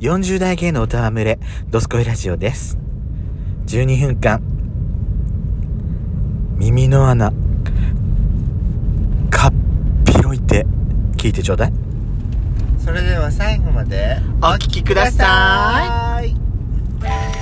40代系のおたわむれ、ドスコイラジオです。12分間、耳の穴、かっぴろいて、聞いてちょうだい。それでは最後までお聞きくください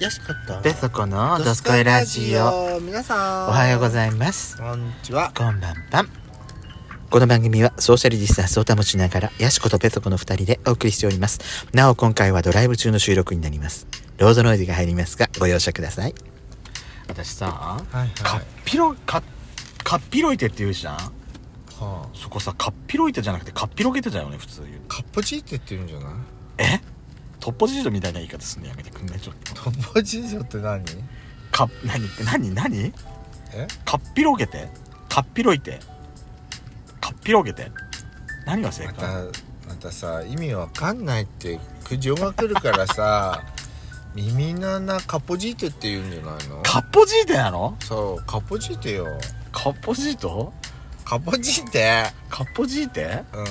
よしかったい。でそこのドスコカイイラジオ、皆さんおはようごいざいます。ますこんにちはこんばんばん。この番組はソーシャルディスタンスを保ちながら、ヤシコとペソコの二人でお送りしております。なお今回はドライブ中の収録になります。ロードノイズが入りますが、ご容赦ください。私さ、はいかっぴろ、か、かっぴろいてって言うじゃんはそこさ、かっぴろいてじゃなくて、かっぴろげてだよね、普通言うあ、。カッポジーテって言うんじゃないえトッポジードみたいな言い方すんのやめてくんないちょっと。カッポジーテって何か、何って、何何えかっぴろげてかっぴろいてかっぴろげて何が正ま解たまたさ意味わかんないって苦情が来るから さ耳の穴カポジーテって言うんじゃないのカッポジーテなのそうカポジーテよカッポジートカポジーテカッポジーテうん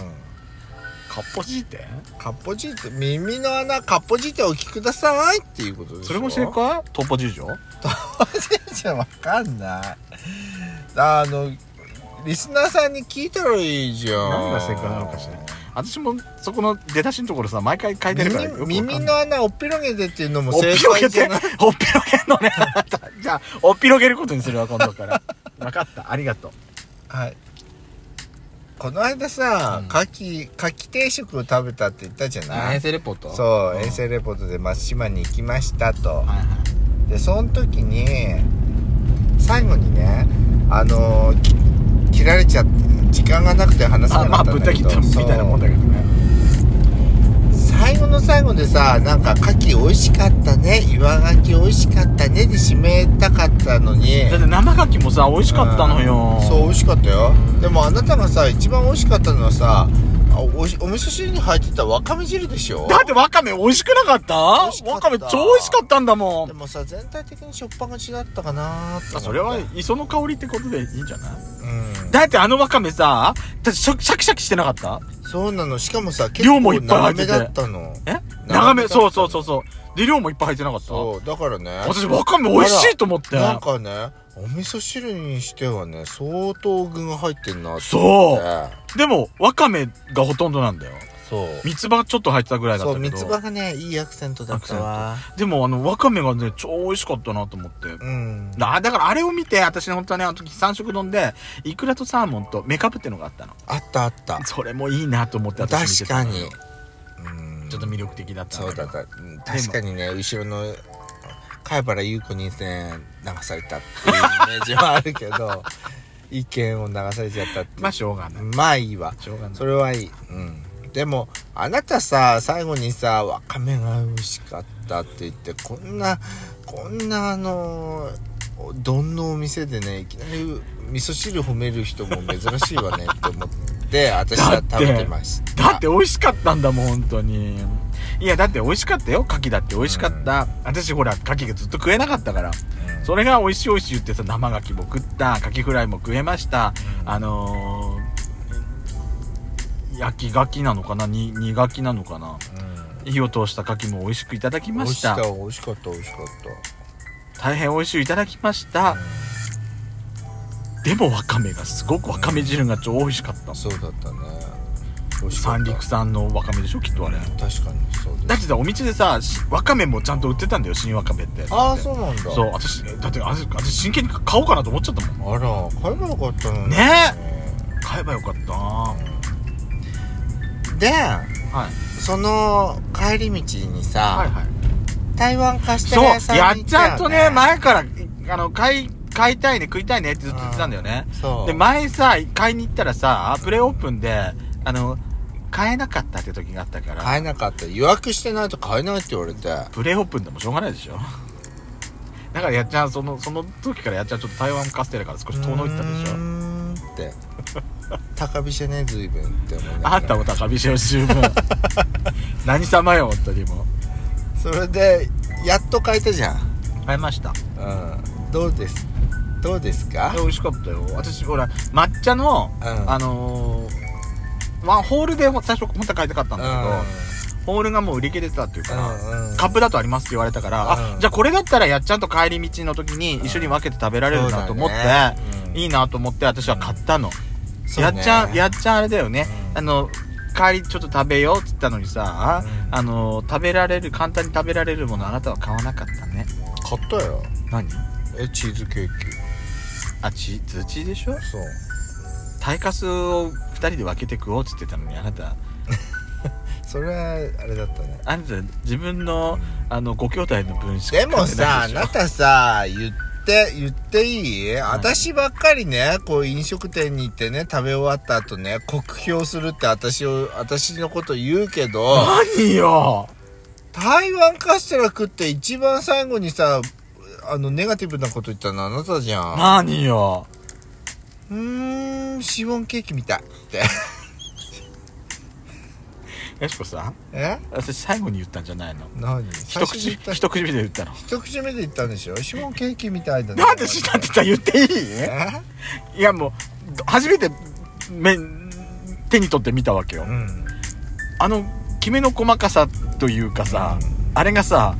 カッポジーテカポジーテ耳の穴カポジーテお聞きくださいっていうことでしょそれも正解トッポジージョカポジーテわかんないあのリスナーさんに聞いたらいいじゃん何が正解なのかしら私もそこの出だしのところさ毎回書いてるからよくわかん耳ない耳の穴おっぴろげてっていうのもおっ正ぴろげ解じてゃないおっぴろげんのねあなたじゃあおっぴろげることにするわ今度から分かったありがとうはい。この間さ、うん牡蠣、牡蠣定食を食べたって言ったじゃない生レポートそう、ん衛生レポートで松島に行きましたと。はいはいで、その時に、最後にね、あのーき切られちゃって、時間がなくて話せまあまなかあったぶんっだたけ切どったみたいなもんだけどねそう最後の最後でさ、なんか牡蠣美味しかったね、岩牡蠣美味しかったねで締めたかったのに、だって生牡蠣もさ美味しかったのよそう美味しかったよでもあなたがさ一番美味しかったのはさあおしお味噌汁に入ってたわかめ汁でしょだってわかめ美味しくなかった美味しかったわかめ超美味しかったんだもでんもさ全体的にしょっぱがちだったかなーって思ってあそれは磯の香りってことでいいんじゃないうんだってあのわかめさだってシャキシャキシャキしてなかったそうなのしかもさ結量構もいっぱい入っ長ててめだったのえ長長めめだったそうそうそうそうで量もいっぱい入ってなかったそうだからね私わかめ美味しいと思ってなんかねお味噌汁にしてはね相当具が入ってんなってそ思ってうでもわかめがほとんどなんだよそう三つ葉ちょっと入ってたぐらいだっそうたけ三つ葉どがねいいアクセントだったわでもあのわかめがね超美味しかったなと思ってうんだだからあれを見て私ね本当はねあの時3食丼でイクラとサーモンとメカブっていうのがあったのあったあったそれもいいなと思って私見て確たかのにようんちょっと魅力的だったんそうけだどったうん確かにね後ろの貝原優子にね流されたっていうイメージはあるけど意見を流されちゃったっていうまあしょうがないまあいいわしょうがないそれはいい、うん、でもあなたさ最後にさわかめが美味しかったって言ってこんなこんなあのおどんのお店でねいきなり味噌汁褒める人も珍しいわねって思って私は食べてましだたって美味しかったんだもん本当にいやだって美味しかったよ牡蠣だって美味しかった、私ほら牡蠣がずっと食えなかったからうんそれが美味しい美味しい言ってさ生牡蠣も食った牡蠣フライも食えましたうんあのー、焼き牡蠣なのかなに煮牡蠣なのかなうん火を通した牡蠣も美味しくいただきました美味しかった美味しかっ大変美味しゅういただきましたた、うでもわかめがすごくわかめ汁が超美味しかった、んそうだったね美味しかった三陸産のわかめでしょきっとあれ、確かにそうですだってさお店でさしわかめもちゃんと売ってたんだよ新わかめってああそうなんだそう私だってあれ私真剣に買おうかなと思っちゃったもんあら買えばよかったのにね買えばよかったはでいはいその帰り道にさ、はい台湾カステそラう屋さやんっに行ちゃんとねよ前からあの買い買いたいね食いたいねってずっと言ってたんだよねそうで前さ買いに行ったらさプレオープンであの買えなかったって時があったから買えなかった予約してないと買えないって言われてプレーオープンでもしょうがないでしょだからやっちゃんそのその時からやっちゃんちょっと台湾カステラから少し遠のいてたでしうーょんって高飛車ね随分って思いながらあんたも高飛車を十 分何様よ本当にもうそれでやっと買えたじゃん買いましたうんどうですどうですか美味しかったよ私ほら抹茶の、うんあのーまあホールでほ最初本当は買いたかったんだけど、ホールがもう売り切れてたっていうから、うんうんカップだとありますって言われたから、うあんじゃあこれだったらやっちゃんと帰り道の時に一緒に分けて食べられるなと思って、そうだねうんいいなと思って私は買ったの、そうやねっちゃんやっちゃんあれだよね、うんあの帰りちょっと食べようっつったのにさ、うんあの食べられる簡単に食べられるものあなたは買わなかったね買ったよ何えチーズケーキあちズチでしょそうタイカスを2人で分けて食おうっつってたのにあなたそれはあれだったねあなた自分のあのご兄弟の分しかでもさ買ってないあでしょなたさ言って言っていい、い私ばっかりねこう飲食店に行ってね食べ終わった後ね酷評するって私を私のこと言うけど何よ台湾カステラ食って一番最後にさあのネガティブなこと言ったのあなたじゃん、何ようーんシフォンケーキみたいって よしこさんえ私最後に言ったんじゃないの何一最初に口言った一口目で言ったの一口目で言ったんでしょシフォンケーキみたいだなんでしたって言ったら言っていえいいやもうど初めて目手に取って見たわけようんあのきめの細かさというかさ、あれがさ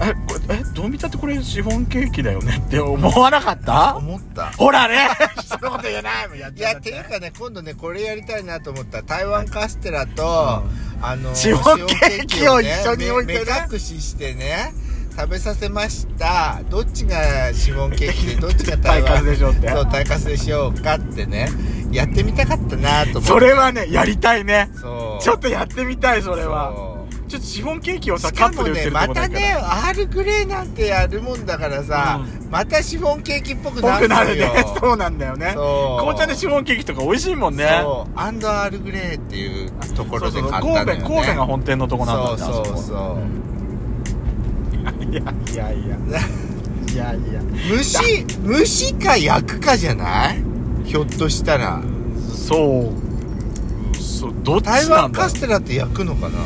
えこれえどう見たってこれシフォンケーキだよねって思わなかった思ったほらねそんなこと言えないもんやっいちゃやっってていうかね今度ねこれやりたいなと思った台湾カステラと、あのシフォンケーキを一緒に置いてね目目隠ししてね食べさせましたどっちがシフォンケーキで どっちが台体湾感でしょってそう対カスでしようかってねやってみたかったなと思ってそれはねやりたいねそうちょっとやってみたいそとれはちょっとシフォンケーキをさしカかップもで売ってねるとこだまからたねアールグレーなんてやるもんだからさ、またシフォンケーキっぽくぽなるくなのるよね そうなんだよねそう紅茶でシフォンケーキとか美味しいもんねそうアンドアールグレーっていうところで買ったの神よ、戸ね、神戸が本店のとこなんだそうそうそういやいやいや いやいやう虫虫か焼くかじゃないひょっとしたらそうそうどっち台な湾んだカステラって焼くのかな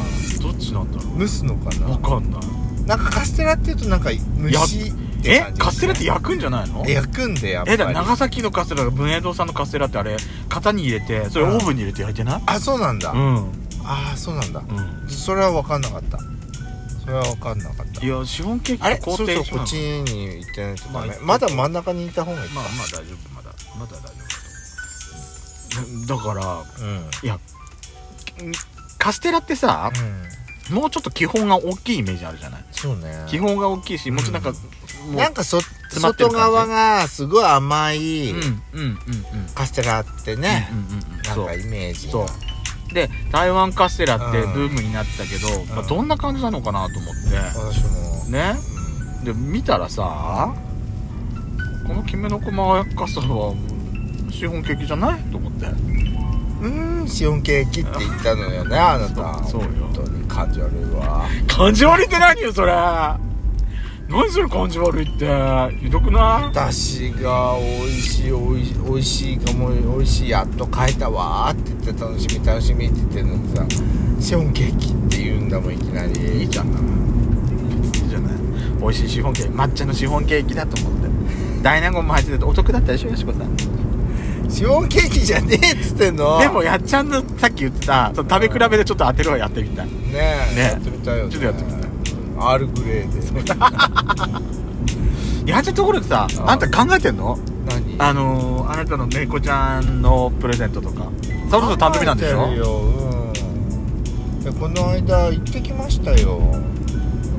どっちなんだろ蒸すのかうわなかんないなんかカステラっていうとなんか虫ってえ感じカステラって焼くんじゃないのえ焼くんでやっぱりえだから長崎のカステラが文英堂さんのカステラってあれ型に入れてそれオーブンに入れて焼いてないあそうなんだ、うんうんああそうなんだそれは分かんなかったそれは分かんなかったいやシフォンケーキあれと工そうそ程一緒うなこのっちに行ってないとダメ、まあまだ真ん中にいた方がいいまあまあ大丈夫まだまだ大丈夫だだからうん、うんカステラってさ、もうちょっと基本が大きいイメージあるじゃないそうね基本が大きいしもうちょっとなんか、もうなんかそまってる感外じ側がすごい甘いうんうんうんうんカステラってね、うんうんうんうんなんそうかイメージがそうで台湾カステラってうんブームになってたけど、まあ、うんどんな感じなのかなと思っ私もてねで見たらさこのきめの細かさはシフォンケーキじゃないと思ってうんうーんシオンケーキって言ったのよねあなたそうそうよ本当に感じ悪いわ感じ悪いって何よそれ何それ感じ悪いってひどくない私が美味しい美味しい美味しいかも美味しいやっと買えたわーって言って楽しみ楽しみって言ってるのにさシオンケーキって言うんだもんいきなりいいじゃん別にいいじゃない美味しいシフォンケーキ抹茶のシフォンケーキだと思って大納言も入っててお得だったでしょよしこさんでシオンケーキじゃねえっつってんのもやっちゃんのさっき言ってたその食べ比べでちょっと当てるわやってみたいねえねやってみたいよねちょっとやってみたいアールグレーでやっちゃんところでさああんた考えてんの何あのー、あなたの猫ちゃんのプレゼントとかそろそろ誕生日なんでし考えてるょようんでこの間行ってきましたよ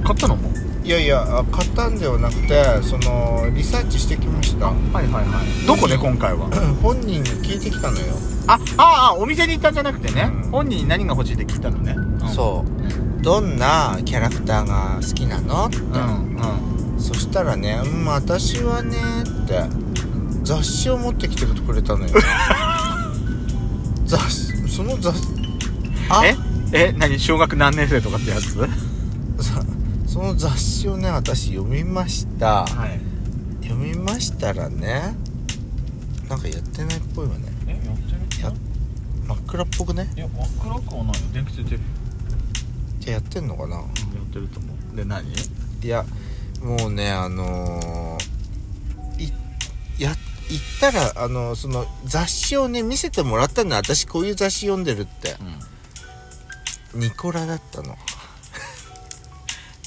買ったのもいやいやあ買ったんではなくてそのリサーチしてきました はいはいはいどこで今回は本人に聞いてきたのよ、あああお店に行ったんじゃなくてね、うん本人に何が欲しいって聞いたのね、そうんうどんなキャラクターが好きなのって、うんうんそしたらね「うん私はね」って雑誌を持ってきてくれた のよ雑誌その雑誌あええ何小学何年生とかってやつはさその雑誌をね私読みましたい読みましたらねなんかやってないっぽいわねえやってるや真っ暗っぽくねいや暗くはないよ電気ついてるよじゃあやってんのかなやってると思うで何いやもうねあのーいや行ったらあのその雑誌をね見せてもらったの私こういう雑誌読んでるってニコラだったの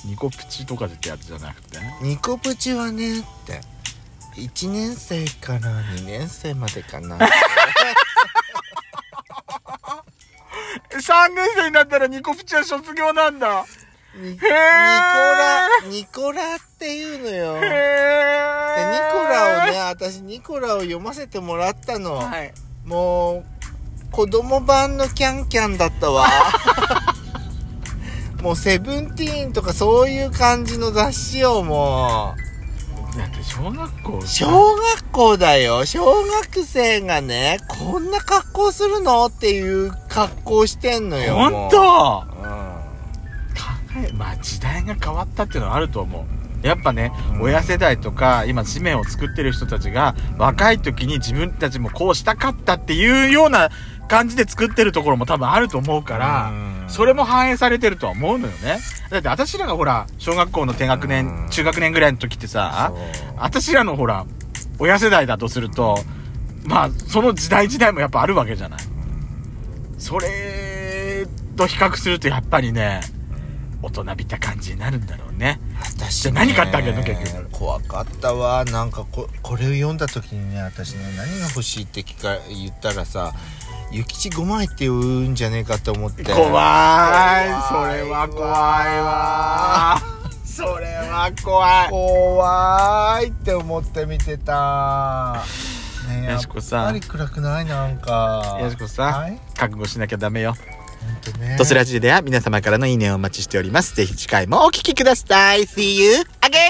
ニコプチとかでってやつじゃなくてニコプチはねって1年生から2年生までかな3年生になったらニコプチは卒業なんだニニコラーニコラっていうのよへでニコえラをね私ニコラを読ませてもらったの、はいもう子供版のキャンキャンだったわ もうセブンティーンとかそういう感じの雑誌をもだって小学校う小学校だよ小学生がねこんな格好するのっていう格好してんのよ本も当ううん考えまあ時代が変わったっていうのはあると思うやっぱね、うん親世代とか今紙面を作ってる人たちが若い時に自分たちもこうしたかったっていうような感じで作ってるところも多分あると思うから、うんそれも反映されてるとは思うのよねだって私らがほら小学校の低学年、うん中学年ぐらいの時ってさ私らのほら親世代だとするとまあその時代時代もやっぱあるわけじゃないそれと比較するとやっぱりね大人びた感じになるんだろうね私じゃあ何買ってあげるの結局怖かったわなんかここれを読んだ時にね私ね何が欲しいって聞か言ったらさ「諭吉5枚」って言うんじゃねえかと思って怖いそれは怖いわ それは怖い怖いって思って見てたねえやしこさんやっぱり暗くないなんかやしこさんはい覚悟しなきゃダメよ本当ねドスラジでは皆様からのいいねをお待ちしております。ぜひ次回もお聞きください。See you again!